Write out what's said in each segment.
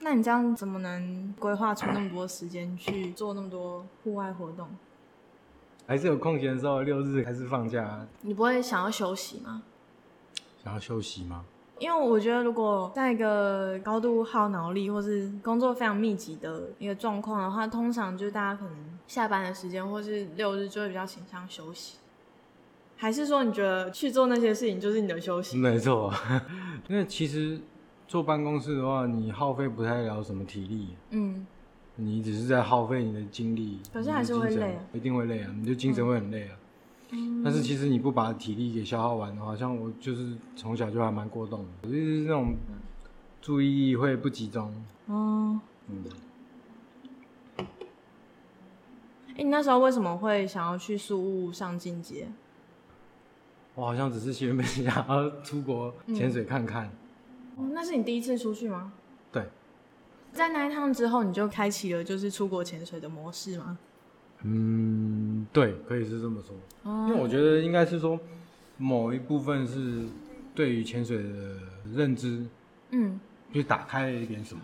那你这样怎么能规划出那么多时间去做那么多户外活动？还是有空闲的时候，六日还是放假啊，你不会想要休息吗？想要休息吗？因为我觉得，如果在一个高度耗脑力或是工作非常密集的一个状况的话，通常就是大家可能下班的时间或是六日就会比较倾向休息。还是说，你觉得去做那些事情就是你的休息？没错， 因为其实坐办公室的话，你耗费不太了什么体力，嗯，你只是在耗费你的精力，可是还是会你的精神累啊嗯一定会累啊，你就精神会很累啊。但是其实你不把体力给消耗完的话，像我就是从小就还蛮过动的，我就是那种注意力会不集中。哦，嗯，哎、你那时候为什么会想要去宿务上进阶？我好像只是随便 想要出国潜水看看。哦那是你第一次出去吗？对，在那一趟之后，你就开启了就是出国潜水的模式吗？嗯，对，可以是这么说。哦因为我觉得应该是说，某一部分是对于潜水的认知嗯，去打开了一点什么。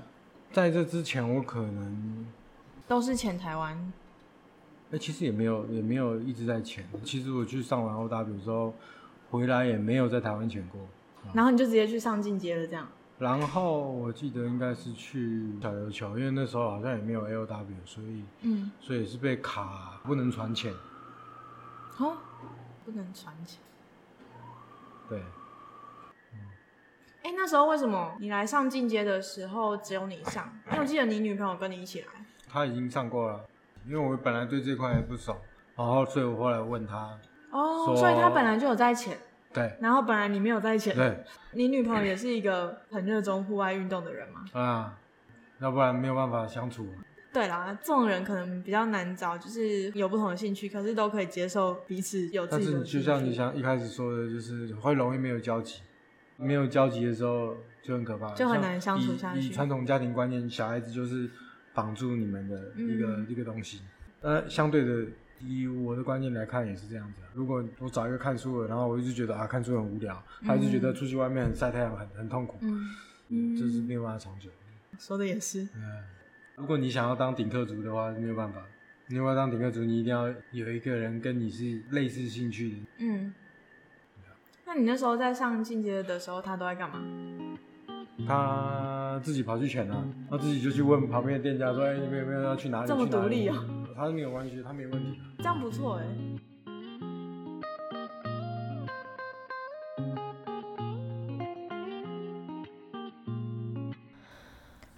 在这之前，我可能，都是潜台湾。哎、其实也没有，也没有一直在潜。其实我去上完 OW 之后，回来也没有在台湾潜过。然后你就直接去上进阶了，这样。然后我记得应该是去小琉球，因为那时候好像也没有 LW，所以嗯，所以是被卡不能船潜。哦，不能传起来。对，哎、那时候为什么你来上进阶的时候只有你上？因为我记得你女朋友跟你一起来。他已经上过了，因为我本来对这块也不熟，然后所以我后来问他，哦，说所以她本来就有在潜，对然后本来你没有在潜。对你女朋友也是一个很热衷户外运动的人嘛？啊，要不然没有办法相处。对啦，这种人可能比较难找，就是有不同的兴趣，可是都可以接受彼此有自但己是的你兴趣。就像你想一开始说的，就是会容易没有交集，没有交集的时候就很可怕，就很像难相处以下去以传统家庭观念，小孩子就是绑住你们的一个、嗯一个东西。呃，相对的，以我的观念来看也是这样子啊。如果我找一个看书的，然后我一直觉得啊看书很无聊，他一直觉得出去外面很晒太阳很很痛苦，嗯，这是没有办法长久的。说的也是。嗯，如果你想要当顶客族的话，没有办法。你如果要当顶客族，你一定要有一个人跟你是类似兴趣的。嗯，那你那时候在上进阶的时候，她都在干嘛？他自己跑去选啊，他自己就去问旁边的店家说：“哎、你们有没有要去哪里？”嗯这么去哪里独立哦他是没有关系，他没有问题啊这的。样不错哎、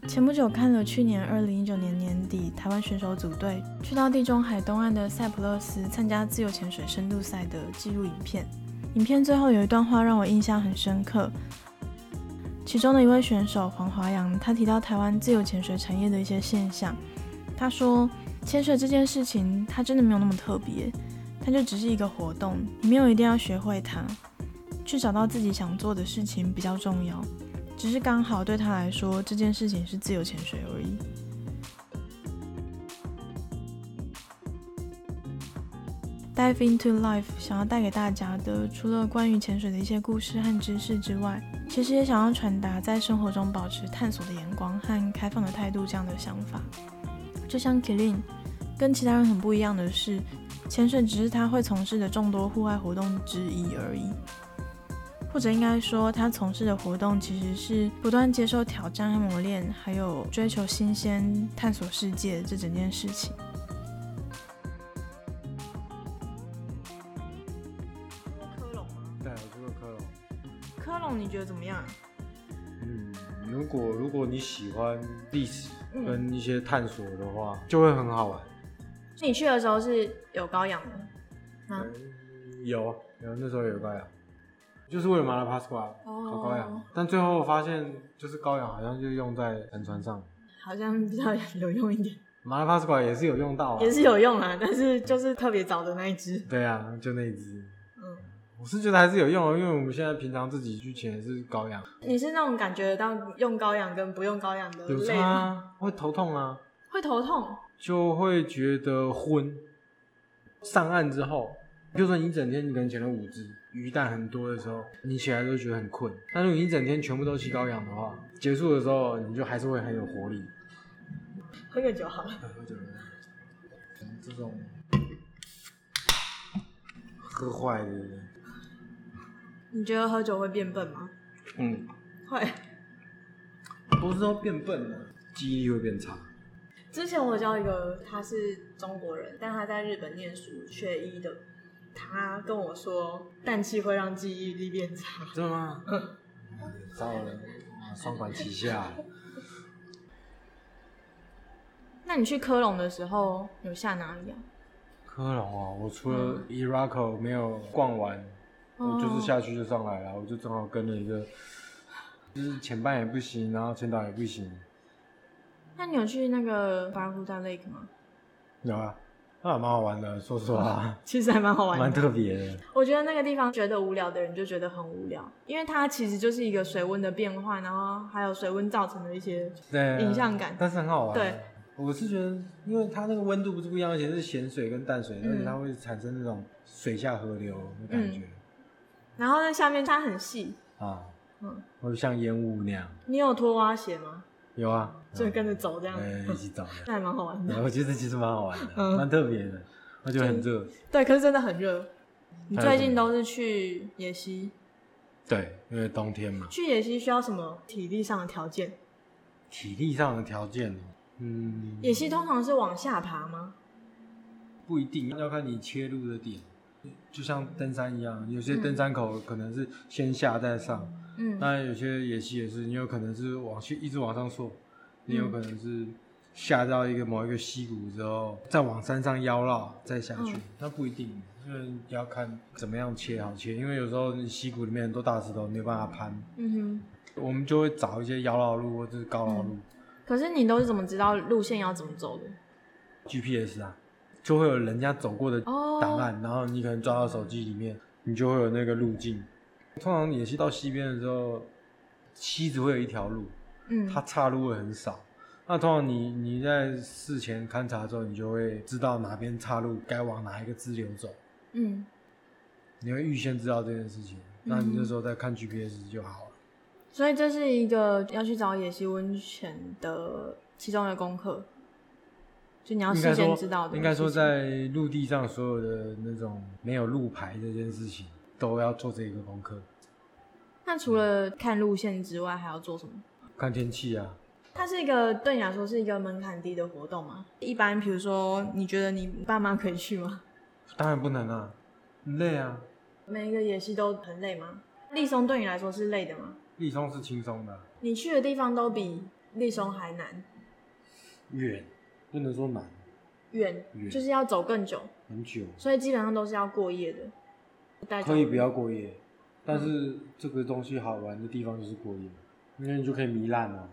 前不久看了去年二零一九年年底台湾选手组队去到地中海东岸的塞浦路斯参加自由潜水深度赛的纪录影片，影片最后有一段话让我印象很深刻。其中的一位选手黄华阳，他提到台湾自由潜水产业的一些现象。他说，潜水这件事情，它真的没有那么特别，它就只是一个活动，你没有一定要学会它，去找到自己想做的事情比较重要。只是刚好对他来说，这件事情是自由潜水而已。Dive into Life 想要带给大家的，除了关于潜水的一些故事和知识之外，其实也想要传达在生活中保持探索的眼光和开放的态度这样的想法。就像 Kilin，跟其他人很不一样的是，潜水只是他会从事的众多户外活动之一而已。或者应该说，他从事的活动其实是不断接受挑战和磨练，还有追求新鲜、探索世界这整件事情。科隆吗？对，我去过科隆。科隆你觉得怎么样？啊嗯，如果如果你喜欢历史嗯跟一些探索的话，就会很好玩。你去的时候是有高氧的吗？呃有有那时候有高氧，就是为了马拉帕斯瓜哦啊考高氧，但最后发现就是高氧好像就用在沉船上。好像比较有用一点，马拉帕斯瓜也是有用到、啊，也是有用啊，但是就是特别早的那一只。对啊，就那一只，嗯，我是觉得还是有用的，因为我们现在平常自己去潜也是高氧，你是那种感觉到用高氧跟不用高氧的有累差吗，啊会头痛啊，会头痛。就会觉得昏。上岸之后，比如说你一整天你可能潜了五只，鱼蛋很多的时候，你起来都觉得很困。但如果你一整天全部都吃高氧的话，结束的时候你就还是会很有活力。喝个酒好了。喝酒，这种喝坏的，你觉得喝酒会变笨 吗？嗯，会。不是说变笨了，记忆力会变差。之前我交一个，他是中国人，但他在日本念书学医的。他跟我说，氮气会让记忆力变差。真的吗？糟了，双管齐 下。 那你去科隆的时候有下哪里啊？科隆哦，我除了 Iraqo 没有逛完，哦我就是下去就上来了，我就正好跟了一个，就是前半也不行，然后前导也不行，那你有去那个巴库达 Lake 吗？ 有啊，那还蛮好玩的，说实话，其实还蛮好玩的，蛮特别的。我觉得那个地方觉得无聊的人就觉得很无聊，因为它其实就是一个水温的变换，然后还有水温造成的一些，对啊，影像感但是很好玩。啊对，我是觉得，因为它那个温度不是不一样，而且是咸水跟淡水，嗯而且它会产生那种水下河流的感觉、然后在下面它很细。啊，嗯，会像烟雾那样。你有拖蛙鞋吗？有啊，就跟着走这样，哎， 一起找的。那还蛮好玩的。对我觉得其实蛮好玩嗯的，蛮特别的，而且很热。对，可是真的很热。你还有最近什么都是去野溪，对，因为冬天嘛，去野溪需要什么体力上的条件？体力上的条件哦，嗯，野溪通常是往下爬吗？不一定要看你切入的点，就像登山一样，有些登山口可能是先下再上，嗯，那有些野溪也是，你有可能是往去一直往上溯，嗯你有可能是下到一个某一个溪谷之后，再往山上腰绕再下去，嗯那不一定，就是要看怎么样切好切，因为有时候你溪谷里面很多大石头，没有办法攀，嗯我们就会找一些腰绕路或者是高绕路、哼。可是你都是怎么知道路线要怎么走的？ GPS 啊，就会有人家走过的哦，档案，然后你可能抓到手机里面，你就会有那个路径。通常野溪到溪边的时候，溪只会有一条路，嗯，它岔路会很少。那通常你你在事前勘察之后，你就会知道哪边岔路，该往哪一个支流走，嗯，你会预先知道这件事情。那你那时候再看 GPS 就好了。所以这是一个要去找野溪温泉的其中一个功课，就你要嗯啊应事该先说知道的事情。应该说在陆地上所有的那种没有路牌这件事情，都要做这个功课，那除了看路线之外，还要做什么？看天气啊。它是一个对你来说是一个门槛低的活动吗？一般比如说，你觉得你爸妈可以去吗？ 当然不能啊，很累啊。每一个野溪都很累吗？立松对你来说是累的吗？立松是轻松的啊，你去的地方都比立松还难，远不能说难，远远就是要走更久，很久。所以基本上都是要过夜的。带可以不走要过夜，但是这个东西好玩的地方就是过夜，因为你就可以糜烂啊。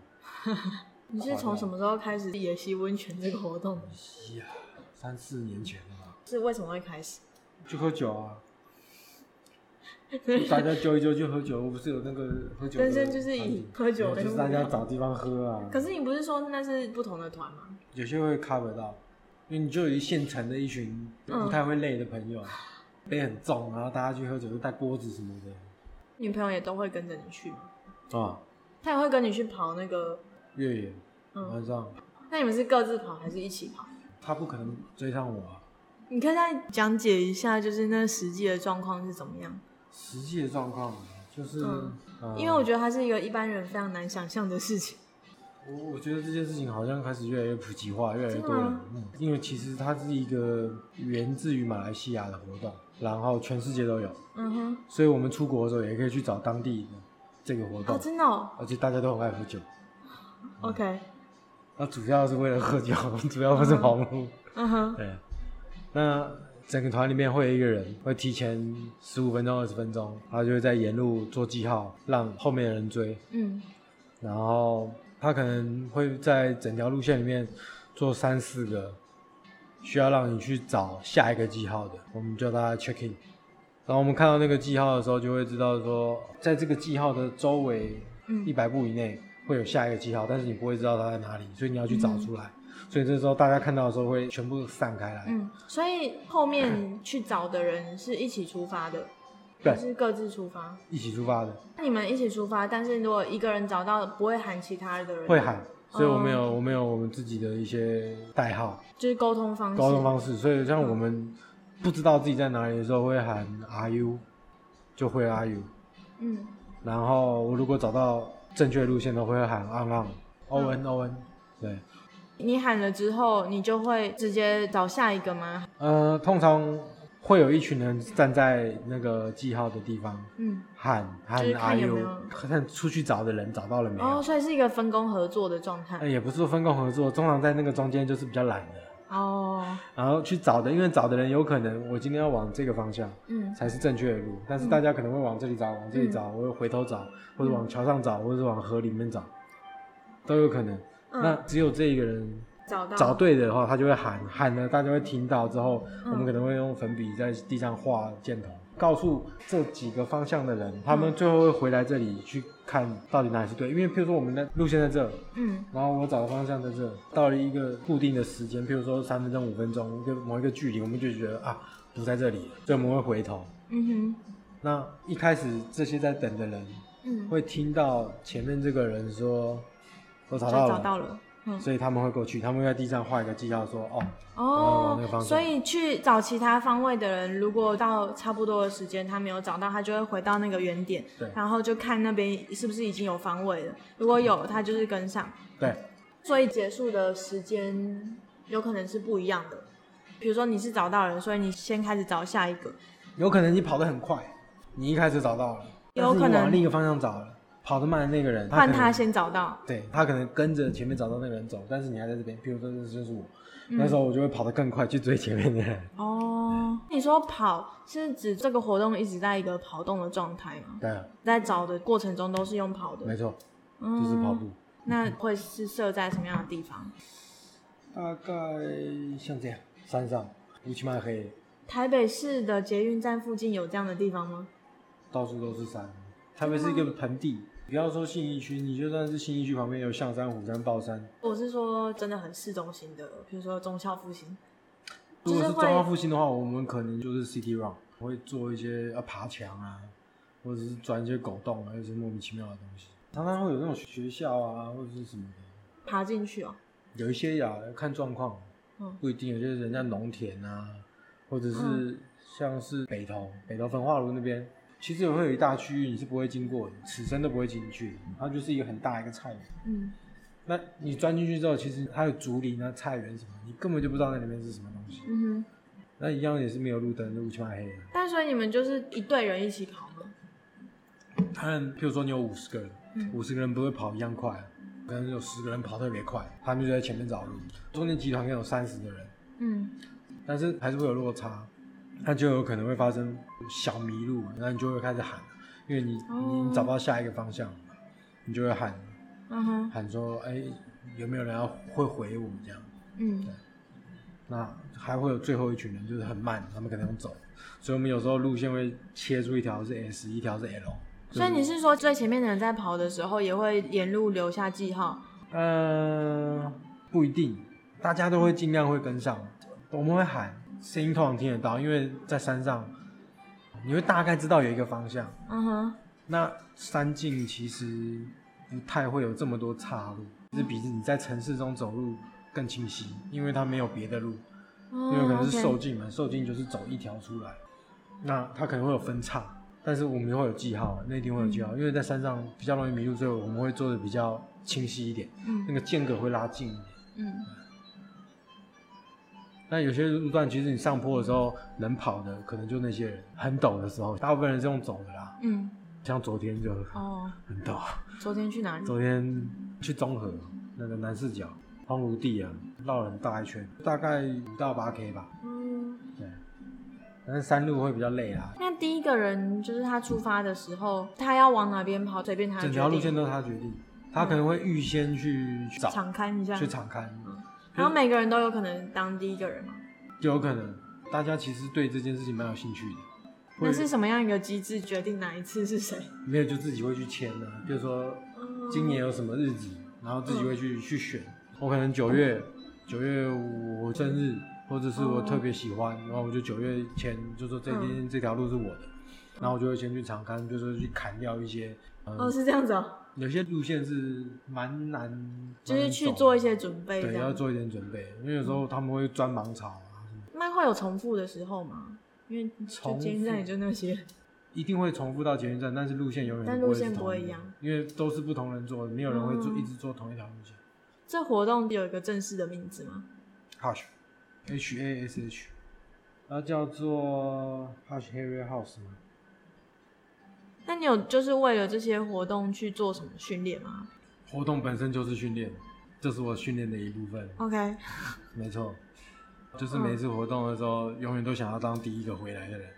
你是从什么时候开始野溪温泉这个活动的？ 哎呀，三四年前了吧，是为什么会开始？去喝酒 啊，大家揪一揪去喝酒，我不是有那个喝酒的团体。人生就是以喝酒为就目标是大家找地方喝啊。可是你不是说那是不同的团吗？有些会 cover 到，因为你就有一现成的一群嗯不太会累的朋友，背很重，然后大家去喝酒就带锅子什么的女朋友也都会跟着你去吗？啊，她也会跟你去跑那个？越野嗯晚上，那你们是各自跑还是一起跑？他不可能追上我啊。你可以再讲解一下，就是那实际的状况是怎么样？实际的状况就是，嗯呃因为我觉得它是一个一般人非常难想象的事情。我我觉得这件事情好像开始越来越普及化，越来越真多的人吗。嗯，因为其实它是一个源自于马来西亚的活动，然后全世界都有，嗯哼，所以我们出国的时候也可以去找当地的这个活动，哦，真的、哦、而且大家都很爱喝酒。嗯，OK，那主要是为了喝酒，主要不是跑步。嗯哼，对，那整个团里面会有一个人会提前十五分钟、二十分钟，他就会在沿路做记号，让后面的人追。嗯然后他可能会在整条路线里面做三四个需要让你去找下一个记号的，我们叫它 check in。然后我们看到那个记号的时候，就会知道说，在这个记号的周围一嗯，百步以内会有下一个记号，但是你不会知道它在哪里，所以你要去找出来。所以这时候大家看到的时候会全嗯部散开来，嗯，所以后面去找的人是一起出发的，对还是各自出发？一起出发的，那你们一起出发，但是如果一个人找到不会喊其他的人，会喊，所以我们有、哦我们有我们自己的一些代号、就是沟通方式。沟通方式，所以像我们不知道自己在哪里的时候，会喊 “Are you”，就会 “Are you”。嗯，然后我如果找到正确的路线的话，会喊 “On On”、“O 嗯 N O N”。对，你喊了之后，你就会直接找下一个吗？呃，通常会有一群人站在那个记号的地方嗯，喊喊就是 “Are 看有 you”，没有看出去找的人找到了没有。哦，所以是一个分工合作的状态。呃也不是说分工合作，通常在那个中间就是比较懒的，哦，然后去找的，因为找的人有可能我今天要往这个方向嗯，才是正确的路，但是大家可能会往这里找，往这里找，我又回头找，或者往桥上找，或者往河里面找，都有可能。嗯那只有这一个人找到找对的话，他就会喊，喊了大家会听到之后，嗯我们可能会用粉笔在地上画箭头，告诉这几个方向的人，他们嗯最后会回来这里去看到底哪里是对，因为譬如说我们的路线在这，嗯然后我找的方向在这，到了一个固定的时间，譬如说三分钟、五分钟，一个某一个距离，我们就觉得啊不在这里了，所以我们会回头。嗯那一开始这些在等的人哼，嗯，会听到前面这个人说我找就到了，找到了。嗯，所以他们会过去，他们会在地上画一个记号说哦，往那哦个方，向所以去找其他方位的人，如果到差不多的时间他没有找到，他就会回到那个原点，对然后就看那边是不是已经有方位了。如果有，他就是跟上。对，所以结束的时间有可能是不一样的。比如说你是找到人，所以你先开始找下一个，有可能你跑得很快，你一开始找到了，有可能但是你往另一个方向找了，跑得慢的那个人，换可能他先找到。对他可能跟着前面找到那个人走，但是你还在这边。譬如说，这就是我，那时候我就会跑得更快去追前面的人。哦，你说跑是指这个活动一直在一个跑动的状态吗？对啊，在找的过程中都是用跑的，没错，嗯就是跑。步。那会是设在什么样的地方？大概像这样，山上乌漆嘛黑，台北市的捷运站附近有这样的地方吗？到处都是山。台北是一个盆地，不要说信义区，你就算是信义区旁边有象山、虎山、豹山，我是说真的很市中心的，比如说中校复兴。如果就是是中会央复兴的话，我们可能就是 City Run，会做一些呃爬墙啊，或者是钻一些狗洞啊，一些莫名其妙的东西。常常会有那种学校啊，或者是什么的。爬进去哦，有一些呀，看状况，嗯不一定。有些人家农田啊，或者是嗯像是北投、北投焚化炉那边，其实也会有一大区域你是不会经过的，此生都不会进去的。它就是一个很大一个菜园。嗯，那你钻进去之后，其实它有竹林啊、菜园什么，你根本就不知道那里面是什么东西。嗯哼，那一样也是没有路灯，乌漆嘛黑的。但所以你们就是一队人一起跑吗？他们譬如说你有五十个人嗯，五十、个人不会跑一样快，可能有十个人跑特别快，他们就在前面找路。中间集团可能有三十个人，嗯，但是还是会有落差，那就有可能会发生小迷路，那你就会开始喊，因为你、哦你找不到下一个方向，你就会喊嗯哼，喊说，哎、有没有人要会回我这样？嗯，那还会有最后一群人，就是很慢，他们可能用走，所以我们有时候路线会切出一条是 S，一条是 L。所以你是说最前面的人在跑的时候，也会沿路留下记号？呃，不一定，大家都会尽量会跟上。我们会喊，声音通常听得到，因为在山上，你会大概知道有一个方向。嗯哼，那山径其实不太会有这么多岔路，就是比你在城市中走路更清晰，因为它没有别的路，因为可能是哦受，OK 尽嘛，受尽就是走一条出来，那它可能会有分叉，但是我们会有记号，那一定会有记嗯号，因为在山上比较容易迷路，所以我们会做的比较清晰一点，嗯那个间隔会拉近一点。嗯那有些路段其实你上坡的时候能跑的，可能就那些人，很陡的时候，大部分人是用走的啦，嗯，像昨天就哦，很陡。昨天去哪里？昨天去中和那个南四角荒芜地啊，绕了很大一圈，大概五到八 K 吧。嗯，对，但是山路会比较累啊啦，那第一个人就是他出发的时候，他要往哪边跑，随便他决整定条路线都是他决定，他可能会预先去找、敞开一下，去敞开，然后每个人都有可能当第一个人嘛。就有可能大家其实对这件事情蛮有兴趣的。那会是什么样一个机制决定哪一次是谁？没有就自己会去签的、比如说今年有什么日子，然后自嗯己会去、去选。我可能九月，九月我生日，或者是我特别喜欢，然后我就九月前就说这嗯天、这条路是我的，然后我就会先去场勘，就是去砍掉一些，哦，是这样子哦，有些路线是蛮难，就是蛮去走做一的些准备这对，要样。做一点准备，因为有时候他们会钻盲草啊，那会有重复的时候吗？因为就重监狱站也复就那些，一定会重复到捷运站，但是路线永远但都路是线同不会的一样，因为都是不同人做的，没有人会做、嗯一直做同一条路线。这活动有一个正式的名字吗？ Hush H A S H，它叫做 Hush Harry House 吗？那你有就是为了这些活动去做什么训练吗活动本身就是训练，这是我训练的一部分， ？OK，没错，就是嗯每次活动的时候，永远都想要当第一个回来的人，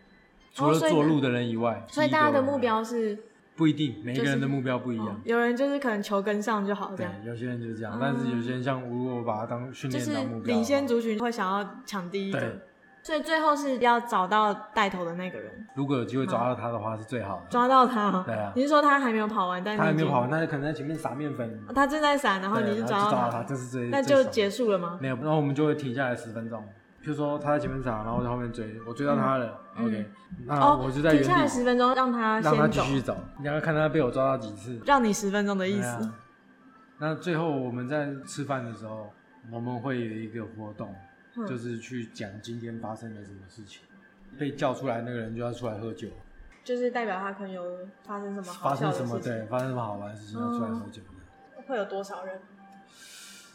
除哦了所以做呢路的人以外，所以第一个大家的回来目标是不一定，每一个就是人的目标不一哦样。有人就是可能求跟上就好这对样，，有些人就是这嗯，样但是有些人像如果我把它当训就是练当目标的话，领先族群会想要抢第一对个，所以最后是要找到带头的那个人，如果有机会抓到他的话是最好的。抓到他。对啊你是说他还没有跑完，但他还你已没有经跑，完，他可能在前面撒面粉，哦他正在闪，然后对你就然抓后就到到他，这是最那最就爽结束了吗？没有，然后我们就会停下来十分钟。譬如说他在前面撒，然后我在后面追，我追到他了、嗯 o k 那哦啊我，就在原停下来十地分钟，让他让他先继走，续走，你要看他被我抓到几次让你十分钟的意对啊思。那最后我们在吃饭的时候，我们会有一个活动，嗯就是去讲今天发生了什么事情。被叫出来那个人就要出来喝酒，就是代表他可能有发生什么好发笑生的什么事对情，，嗯发生什么好玩的事情要出来喝酒，会有多少人？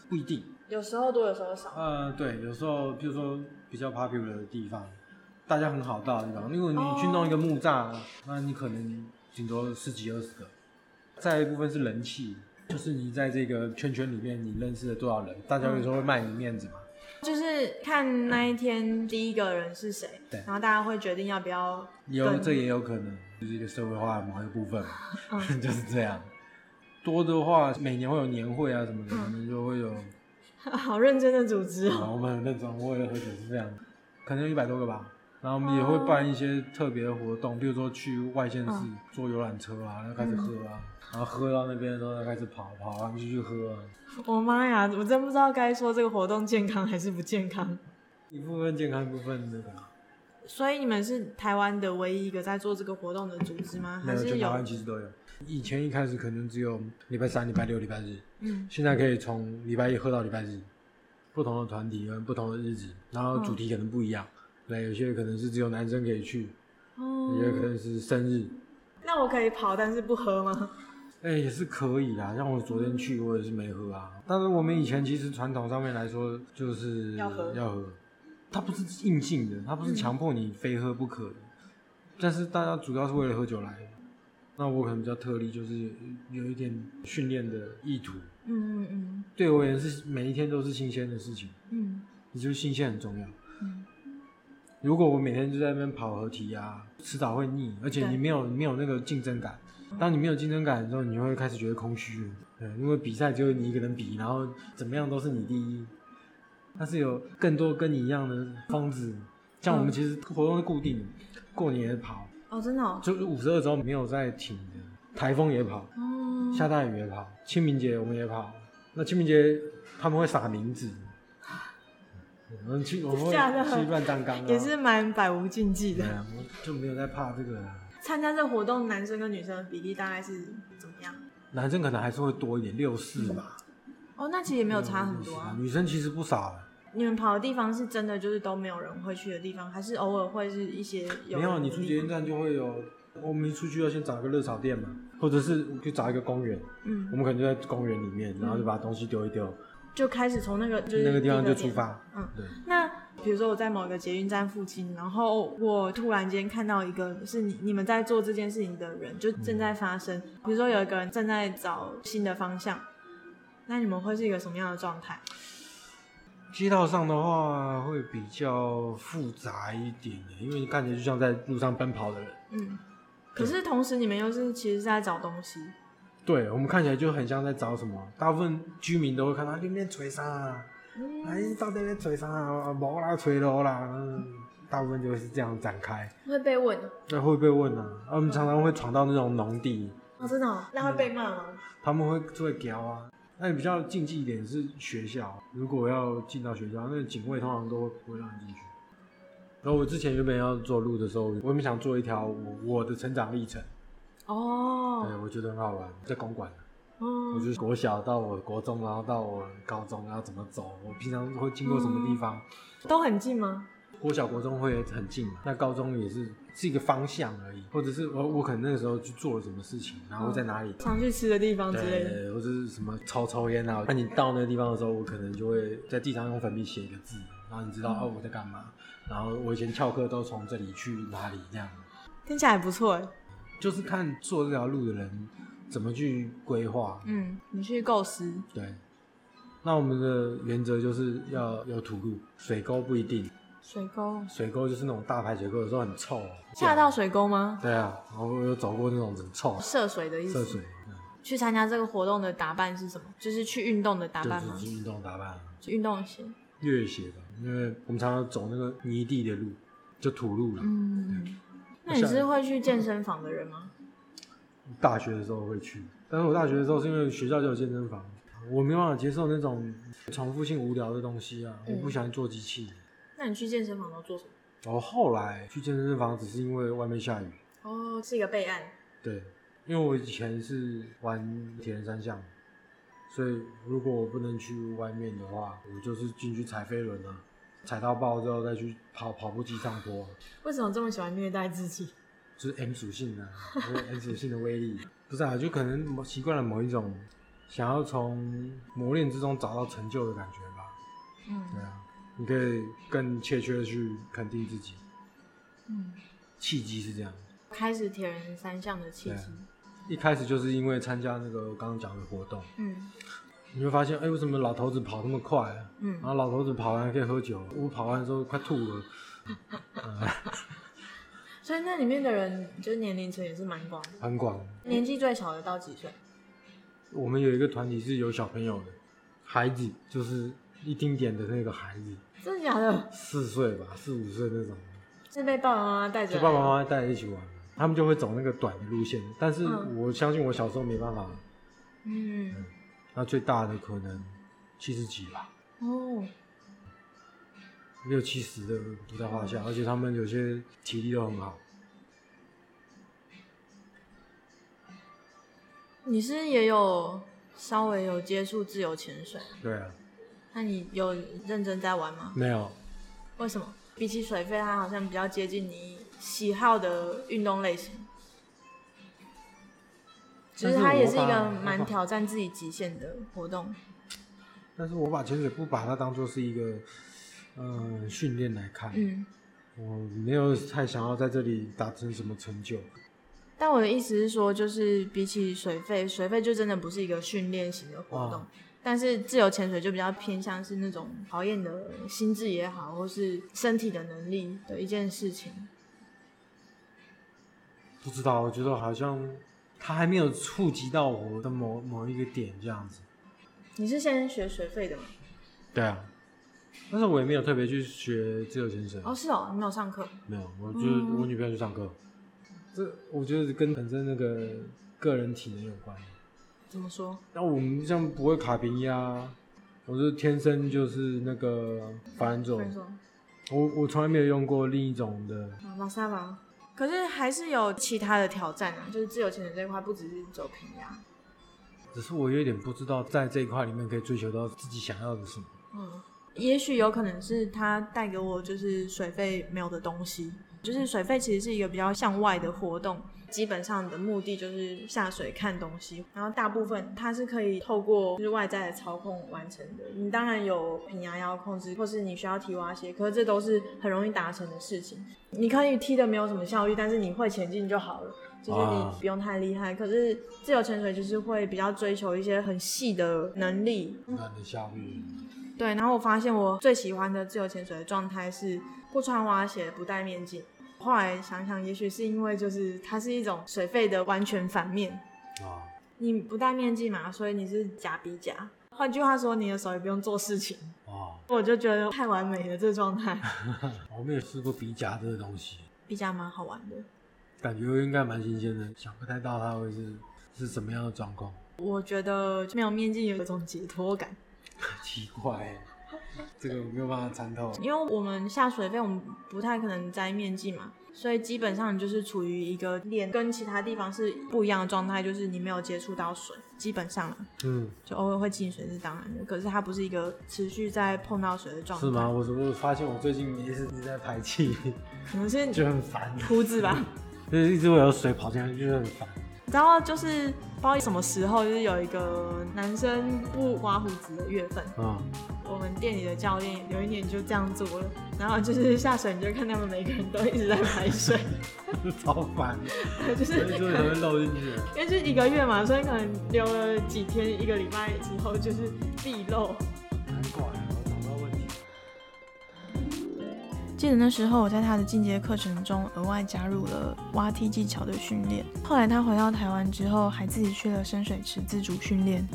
不一定。有时候多，有时候少。呃，对，有时候譬如说比较 popular 的地方，大家很好到的地方，如果你去弄一个木栅，那你可能顶多十几二十个。再一部分是人气，就是你在这个圈圈里面，你认识了多少人，大家有时候会卖你面子嘛。就是看那一天第一个人是谁，对然后大家会决定要不要 有跟这也有可能，就是一个社会化的某一部分，嗯 就是这样。多的话，每年会有年会啊什么的，可能就会有。好认真的组织哦。啊我们很认真，我也喝酒是这样，可能有一百多个吧。然后我们也会办一些特别的活动，比如说去外县市哦嗯坐游览车啊，然后开始喝啊，然后喝到那边的时候再开始跑，跑完继续喝啊。我妈呀，我真不知道该说这个活动健康还是不健康。一部分健康，一部分那个，所以你们是台湾的唯一一个在做这个活动的组织吗？没还有，是全台有湾？其实都有。以前一开始可能只有礼拜三、礼拜六、礼拜日，嗯，现在可以从礼拜一喝到礼拜日，不同的团体跟不同的日子，然后嗯主题可能不一样。对，有些可能是只有男生可以去，有些可哦，能是生日，那我可以跑，但是不喝吗？ 哎、也是可以啦。像我昨天去，我也是没喝啊。但是我们以前其实传统上面来说，就是要喝嗯要喝，它不是硬性的，它不是强迫你非喝不可的。但是大家主要是为了喝酒来的。那我可能比较特例，就是有有一点训练的意图。嗯嗯嗯对我而言是每一天都是新鲜的事情，嗯也就是新鲜很重要。嗯，如果我每天就在那边跑合体啊，迟早会腻，而且对你没有没有那个竞争感。当你没有竞争感的时候，你会开始觉得空虚了，对，因为比赛只有你一个人比，然后怎么样都是你第一。但是有更多跟你一样的疯子，像我嗯们其实活动是固定的，过年也跑，哦，真的哦，就是五十二周没有在停的，台风也跑，嗯，下大雨也跑，清明节我们也跑。那清明节他们会撒名字，我们去我们会假的去乱葬岗、啊，也是蛮百无禁忌对的。啊，我就没有在怕这个啦。参加这活动，男生跟女生的比例大概是怎么样？男生可能还是会多一点，六四吧，哦，那其实也没有差很多啊64。女生其实不少啊了，你们跑的地方是真的就是都没有人会去的地方，还是偶尔会是一些有啊没有啊人你的出地捷方运站就会有，我们一出去要先找一个热炒店嘛，或者是去找一个公园，我嗯，们可能就在公园里面，然后就把东西丢一丢，就开始从那个就是那个地方第一就点出。发。嗯，对，那比如说我在某个捷运站附近，然后我突然间看到一个是你你们在做这件事情的人，就正在发生。比如说有一个人正在找新的方向，那你们会是一个什么样的状态？街道上的话会比较复杂一点的，因为你看起来就像在路上奔跑的人。嗯，可是同时你们又是其实是在找东西，对我们看起来就很像在找什么，大部分居民都会看到那边锤山啊，嗯哎，到那边锤山啊，毛啦锤楼啦，嗯，大部分就是这样展开。会被问那会被问啊，啊我们常常会闯到那种农地，哦，真的、哦，那会被骂吗？他们会就会屌啊。那你比较禁忌一点是学校，如果要进到学校，那警卫通常都不会让你进去。然后我之前原本要做路的时候，我们想做一条我我的成长历程，对哦，我觉得很好玩，在公馆。我嗯，就是国小到我国中，然后到我高中，然后怎么走，我平常会经过什么地方。都很近吗？国小、国中会很近嘛，那高中也是是一个方向而已，或者是我我可能那个时候去做了什么事情，然后在哪里，常去吃的地方之类的。对，或者是什么抽抽烟啊。那你到那个地方的时候，我可能就会在地上用粉笔写一个字，然后你知道、哦我在干嘛。然后我以前翘课都从这里去哪里这样，听起来还不错哎。就是看做这条路的人怎么去规划，嗯，你去构思，对，那我们的原则就是要有土路，水沟不一定，水沟水沟就是那种大排水沟，有时候很臭、啊。下到水沟吗？对啊，然后我有走过那种很臭涉水的意涉思。水，嗯去参加这个活动的打扮是什么？就是去运动的打扮就吗是？运动打扮，啊去运动鞋。越野吧，因为我们常常走那个泥地的路，就土路了。嗯，那你是会去健身房的人吗？大学的时候会去，但是我大学的时候是因为学校就有健身房，我没办法接受那种重复性无聊的东西啊，我不嗯喜欢做机器。那你去健身房都做什么？然后后来去健身房，只是因为外面下雨，哦，是一个备案。对，因为我以前是玩铁人三项，所以如果我不能去外面的话，我就是进去踩飞轮啊，踩到爆之后再去跑跑步机上坡，啊为什么这么喜欢虐待自己？就是 M 属性啊， 就是 M 属性的威力。不是啊，就可能某习惯了某一种想要从磨练之中找到成就的感觉吧。对嗯啊，你可以更切切的去肯定自己，嗯，契机是这样。开始铁人三项的契对机啊。一开始就是因为参加那个刚刚讲的活动，嗯你会发现，哎、为什么老头子跑那么快、啊？然嗯，后老头子跑完还可以喝酒，我跑完的时候快吐了。所以那里面的人就是年龄层也是蛮广的。很广，年纪最小的到几岁？我们有一个团体是有小朋友的，孩子就是一丁点的那个孩子，真的假的？四岁吧，四五岁那种，是被爸爸妈妈带着就来的？爸爸妈妈带着一起玩，他们就会走那个短的路线。但是嗯我相信我小时候没办法，嗯，那最大的可能七十几吧，嗯哦，六七十的不在话下，而且他们有些体力都很好。你是也有稍微有接触自由潜水，对啊，那你有认真在玩吗？没有，为什么？比起水费，它好像比较接近你喜好的运动类型。其实它也是一个蛮挑战自己极限的活动。但是我把潜水不把它当做是一个，嗯，训练来看。嗯，我没有太想要在这里达成什么成就，但我的意思是说，就是比起水费，水费就真的不是一个训练型的活动哦。但是自由潜水就比较偏向是那种考验你的心智也好，或是身体的能力的一件事情。不知道，我觉得好像他还没有触及到我的某某一个点这样子。你是先学水费的吗？对啊，但是我也没有特别去学自由潜水，哦，是哦，你没有上课。没有，我就是嗯我女朋友去上课，这我觉得跟本身那个个人体能有关。怎么说？那我们像不会卡平压，啊我是天生就是那个反不肘，然说。我我从来没有用过另一种的拉萨吧。可是还是有其他的挑战啊，就是自由潜水这一块不只是走平压，只是我有点不知道在这一块里面可以追求到自己想要的什么。嗯，也许有可能是它带给我就是水费没有的东西，就是水费其实是一个比较向外的活动，基本上的目的就是下水看东西，然后大部分它是可以透过就是外在的操控完成的。你当然有平压要控制，或是你需要踢蛙鞋，可是这都是很容易达成的事情。你可以踢的没有什么效率，但是你会前进就好了。就是你啊不用太厉害，可是自由潜水就是会比较追求一些很细的能力，那你下面对，然后我发现我最喜欢的自由潜水的状态是不穿蛙鞋、不戴面镜。后来想想，也许是因为就是它是一种水费的完全反面，啊，你不戴面镜嘛，所以你是假比假。换句话说，你的手也不用做事情，哦，我就觉得太完美了这状态， 我没有试过鼻夹这个东西，比假蛮好玩的。感觉应该蛮新鲜的，想不太到它会是是什么样的状况， 我觉得没有面镜有一种解脱感，奇怪欸，这个没有办法参透。因为我们下水费，我们不太可能摘面积嘛，所以基本上你就是处于一个脸跟其他地方是不一样的状态，就是你没有接触到水，基本上啊嗯，就偶尔会进水是当然的，可是它不是一个持续在碰到水的状态，是吗？？我我发现我最近也是一直在排气，可能是就很烦，胡子吧。 就是一直会有水跑进来，就是很烦。你知道，就是不知道什么时候，就是有一个男生不刮胡子的月份，啊、我们店里的教练有一年就这样做了，然后就是下水，你就看他们每个人都一直在排水， 嗯超烦，就是所以就才会漏进去。因为就是一个月嘛，所以可能留了几天，一个礼拜之后就是必漏。难怪啊我找到问题。记得那时候我在他的进阶课程中额外加入了蛙踢技巧的训练。后来他回到台湾之后，还自己去了深水池自主训练，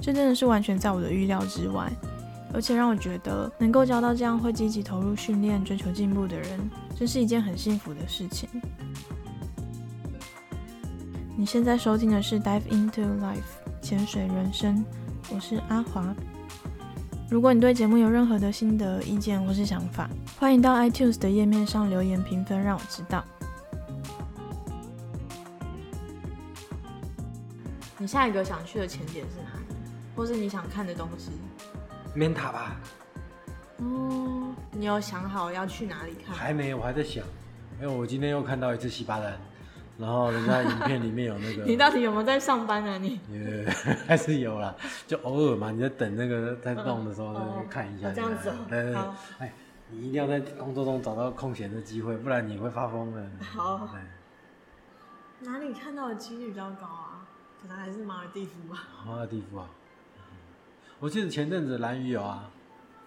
这真的是完全在我的预料之外，而且让我觉得能够交到这样会积极投入训练、追求进步的人，真是一件很幸福的事情。你现在收听的是《Dive into Life》潜水人生，我是阿华。如果你对节目有任何的心得、意见或是想法，欢迎到 iTunes 的页面上留言评分，让我知道。你下一个想去的潜点是哪里？或是你想看的东西？免塔吧，哦，你有想好要去哪里看？还没，我还在想，因为我今天又看到一只西巴兰，然后人家影片里面 有那个，你到底有没有在上班啊？你也 还是有啦，就偶尔嘛，你在等那个在弄的时候，嗯那哦个看一下。这样子哦对对对好，哎，你一定要在工作中找到空闲的机会，不然你会发疯的。好对，哪里看到的几率比较高啊？可能还是马尔地夫吧。好的地方啊。我记得前阵子蓝鱼有啊，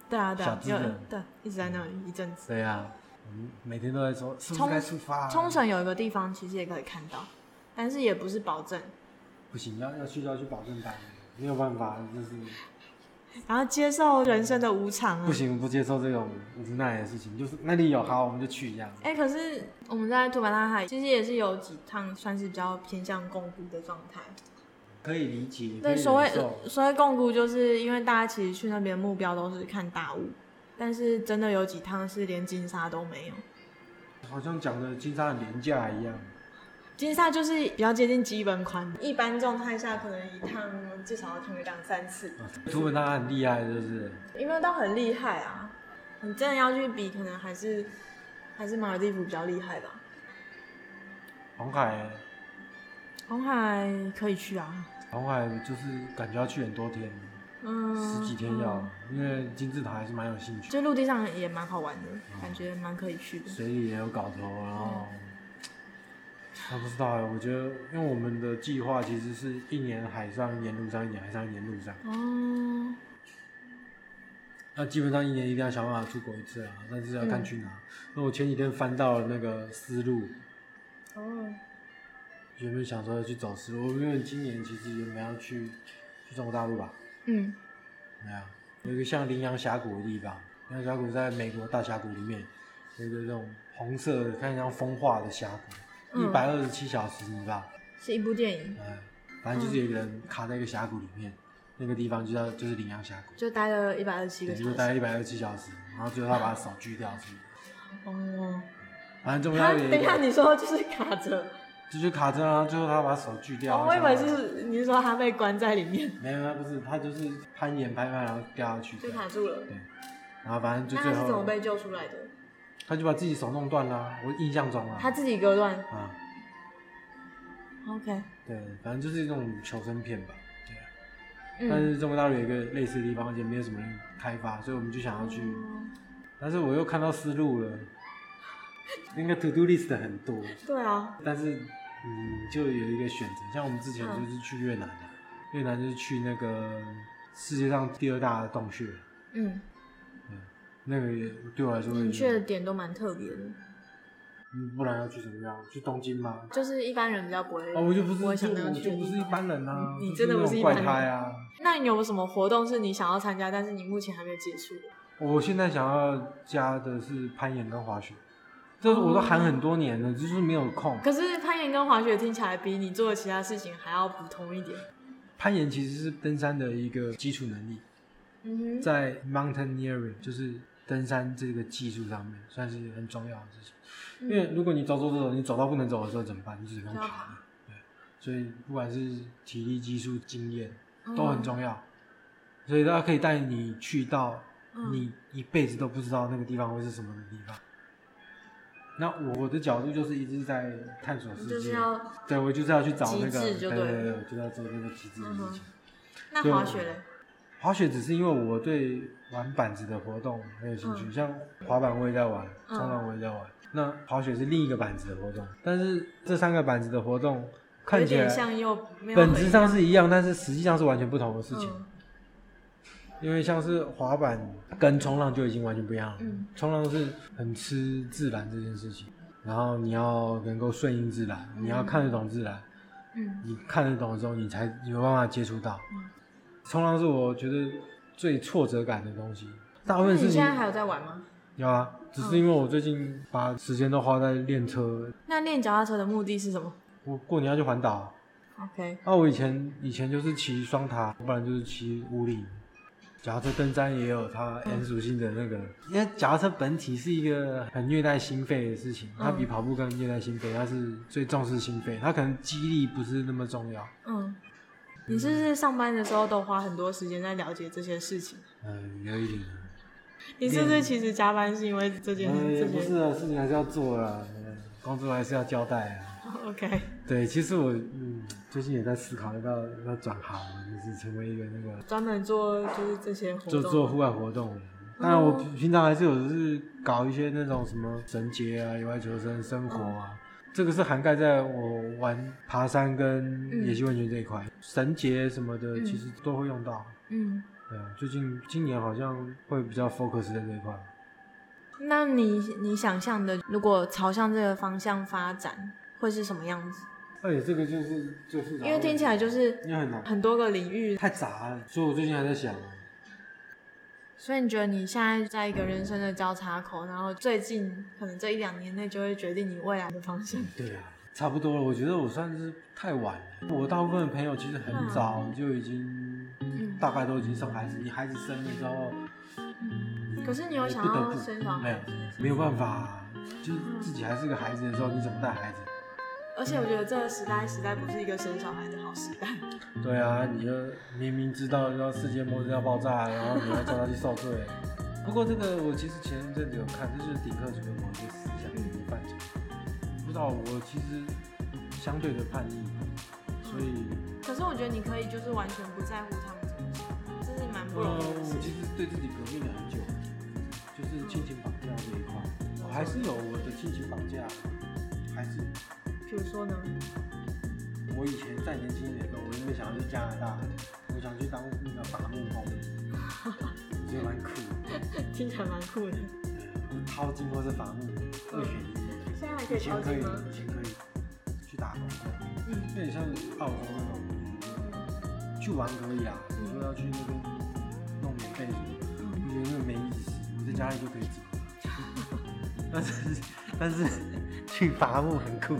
对啊，对小啊，资有的对，一直在那里一阵子。对啊，我们每天都在说是不冲是该出发啊？冲绳有一个地方其实也可以看到，但是也不是保证。不行，要要去就要去保证单，没有办法，就是嗯然后接受人生的无常啊。不行，不接受这种无奈的事情，就是那里有好我们就去这样。哎、可是我们在土板大海其实也是有几趟算是比较偏向共估的状态。可以理解，可以对，忍所谓呃受所谓共估，就是因为大家其实去那边目标都是看大雾，但是真的有几趟是连金沙都没有。好像讲的金沙很廉价一样。金沙就是比较接近基本款，一般状态下可能一趟至少要看个两三次， 图本他很厉害，就是有没有到很厉害啊？你真的要去比，可能还是还是马尔地夫比较厉害吧。红海，红海可以去啊，红海就是感觉要去很多天，嗯，十几天要，因为金字塔还是蛮有兴趣，就陆地上也蛮好玩的，感觉蛮可以去的。水里也有搞头，然后。我不知道哎，我觉得，因为我们的计划其实是一年海上，一年陆上，一年海上，一年陆上。哦，那基本上一年一定要想办法出国一次啊，但是要看去哪。那我前几天翻到了那个丝路，哦，原本想说要去走丝路，我原本今年其实原本要去去中国大陆吧，嗯，没有，啊有一个像羚羊峡谷的地方，羚羊峡谷在美国大峡谷里面，有一个这种红色的，看起来像风化的峡谷，一嗯百二十七小时，你知道？是一部电影，嗯，反正就是有一个人卡在一个峡谷里面，那个地方就叫就是羚羊峡谷，就待了一百二十七个对小就时。待了一百二十七小时，然后最后他把手锯掉是不是？哦，反正重他要的等一一下个，你说就是卡着，就是卡着啊，最后他把手锯掉。哦，我以为然后是你是说他被关在里面，没有，没有不是，他就是攀岩攀攀，然后掉下去这就样，卡住了。然后反正就那最他是怎么后被救出来的？他就把自己手弄断了啊，我印象中啊，他自己割断。啊。 OK，对，反正就是这种求生片吧。对啊，但嗯，是中国大陆有一个类似的地方，而且没有什么人开发，所以我们就想要去。哦但是我又看到思路了，那个 to do list 很多，对啊，但是嗯，就有一个选择，像我们之前嗯就是去越南啊，越南就是去那个世界上第二大的洞穴，嗯，那个也对我来说也你去的点都蛮特别的，嗯，不然要去什么地方？去东京吗？就是一般人比较不会。哦，我就不是，我也就想那我样去就不是一般人啊，你你就真的那不种是一怪般胎人啊。那你有什么活动是你想要参加，但是你目前还没有接触的？我现在想要加的是攀岩跟滑雪，这是我哦都喊很多年了，就是没有空。可是攀岩跟滑雪听起来比你做的其他事情还要普通一点。攀岩其实是登山的一个基础能力，嗯哼，在 mountaineering 就是登山这个技术上面算是很重要的事情。因为如果你走走走走，你走到不能走的时候怎么办？你只能就爬要的。对，所以不管是体力、技术、经验嗯都很重要。所以它可以带你去到嗯你一辈子都不知道那个地方会是什么的地方。那我的角度就是一直在探索世界，就是要对我就是要去找那个，极致就对对了对对，我就要做那个极致的嗯事哼情。那对滑雪嘞，滑雪只是因为我对玩板子的活动很有兴趣，嗯像滑板我也在玩，嗯冲浪我也在玩。那滑雪是另一个板子的活动，但是这三个板子的活动看有起点来像又没有本很质上是一样，但是实际上是完全不同的事情。嗯因为像是滑板跟冲浪就已经完全不一样了。嗯冲浪是很吃自然这件事情，然后你要能够顺应自然，嗯你要看得懂自然，嗯你看得懂的时候，你才有办法接触到嗯。冲浪是我觉得最挫折感的东西，大部那分你事现情在还有嗯在玩吗？有啊，只是因为我最近把时间都花在练车，那练脚踏车的目的是什么我过年要去环岛。啊？OK，那、我以前以前就是骑双塔，不然就是骑五岭。脚踏车登山也有它嗯很属性的那个，因为脚踏车本体是一个很虐待心肺的事情，它嗯比跑步更虐待心肺，它是最重视心肺，它可能肌力不是那么重要。嗯，你是不是上班的时候都花很多时间在了解这些事情？嗯，有一点。你是不是其实加班是因为这件嗯，也这不件是啊，事情还是要做啦，嗯工作还是要交代啊。 ？OK，对，其实我嗯最近也在思考要不要要不要转行，就是成为一个那个专门做就是这些活做动，啊嗯做户外活动。当然，我平常还是有就是搞一些那种什么绳结啊、野外求生、生活嗯啊，这个是涵盖在我玩爬山跟野溪温泉这一块。绳结什么的嗯其实都会用到。嗯，对啊，最近今年好像会比较 focus 在这一块。那你你想象的，如果朝向这个方向发展，会是什么样子？而且这个就是最复杂的问题，因为听起来就是因为很难，很多个领域，太杂了，所以我最近还在想啊。所以你觉得你现在在一个人生的交叉口，然后最近可能这一两年内就会决定你未来的方向。对啊，差不多了。我觉得我算是太晚了。我大部分的朋友其实很早就已经， 嗯大概都已经生孩子。你孩子生了之后，可是你有你想不得要不生小没孩有吗？没有办法、就是自己还是个孩子的时候，你怎么带孩子？而且我觉得这个时代时代不是一个生小孩的好时代。 对啊，你就明明知道要世界末日要爆炸，然后你还叫他去受罪。 不过这个我其实前一阵子有看，这就是迪克主的某一个思想的一个范畴。不知道我其实相对的叛逆，所以可是我觉得你可以就是完全不在乎他们怎么想，这是蛮不容呃，易的我事其情。实对自己革命了很久，就是亲情绑架这一块，我还是有我的亲情绑架，还是比如说呢？我以前再年轻一点的时候，我因为想要去加拿大，我想去当那个伐木 工，我觉得蛮酷的， 听起来蛮酷的。嗯淘金或是伐木二选一，现在还可以以前超可级以，吗？以前可以去打工这样，嗯有点像澳洲那种，去玩可以啊，你说要去那边弄免费什么的。嗯我觉得那个没意思，我在家里就可以煮。但是但是去伐木很酷，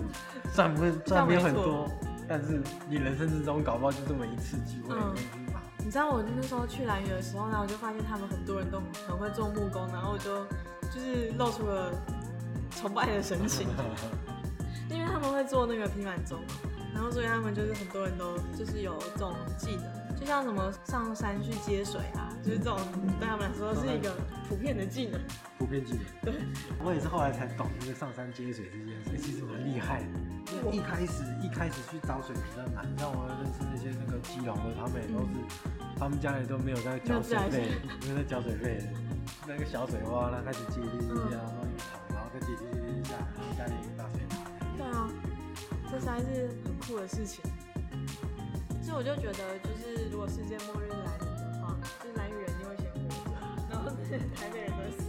赚不赚没有很多，但是你人生之中搞不好就这么一次机会嗯可以去伐木。你知道我那时候去兰屿的时候呢，我就发现他们很多人都很会做木工，然后我就就是露出了崇拜的神情，因为他们会做那个皮满粥嘛，然后所以他们就是很多人都就是有这种技能，就像什么上山去接水啊，就是这种对他们来说是一个普遍的技能。普遍技能。我也是后来才懂那个上山接水这件事，其实蛮厉害的。因为一开始一开始去找水比较难，像我认识那些那个基隆的，他们也都是，他们家里嗯都没有在没缴有水自 来水费，没有在缴水费的。那个小水洼，那开始接接接接，然后一躺，然后再接接接接一下，然后家里有个大水塔。对啊，这实在是很酷的事情。所以我就觉得，就是如果世界末日来临的话，就是蓝屿人一定会先活着，然后 台北人都会死。嗯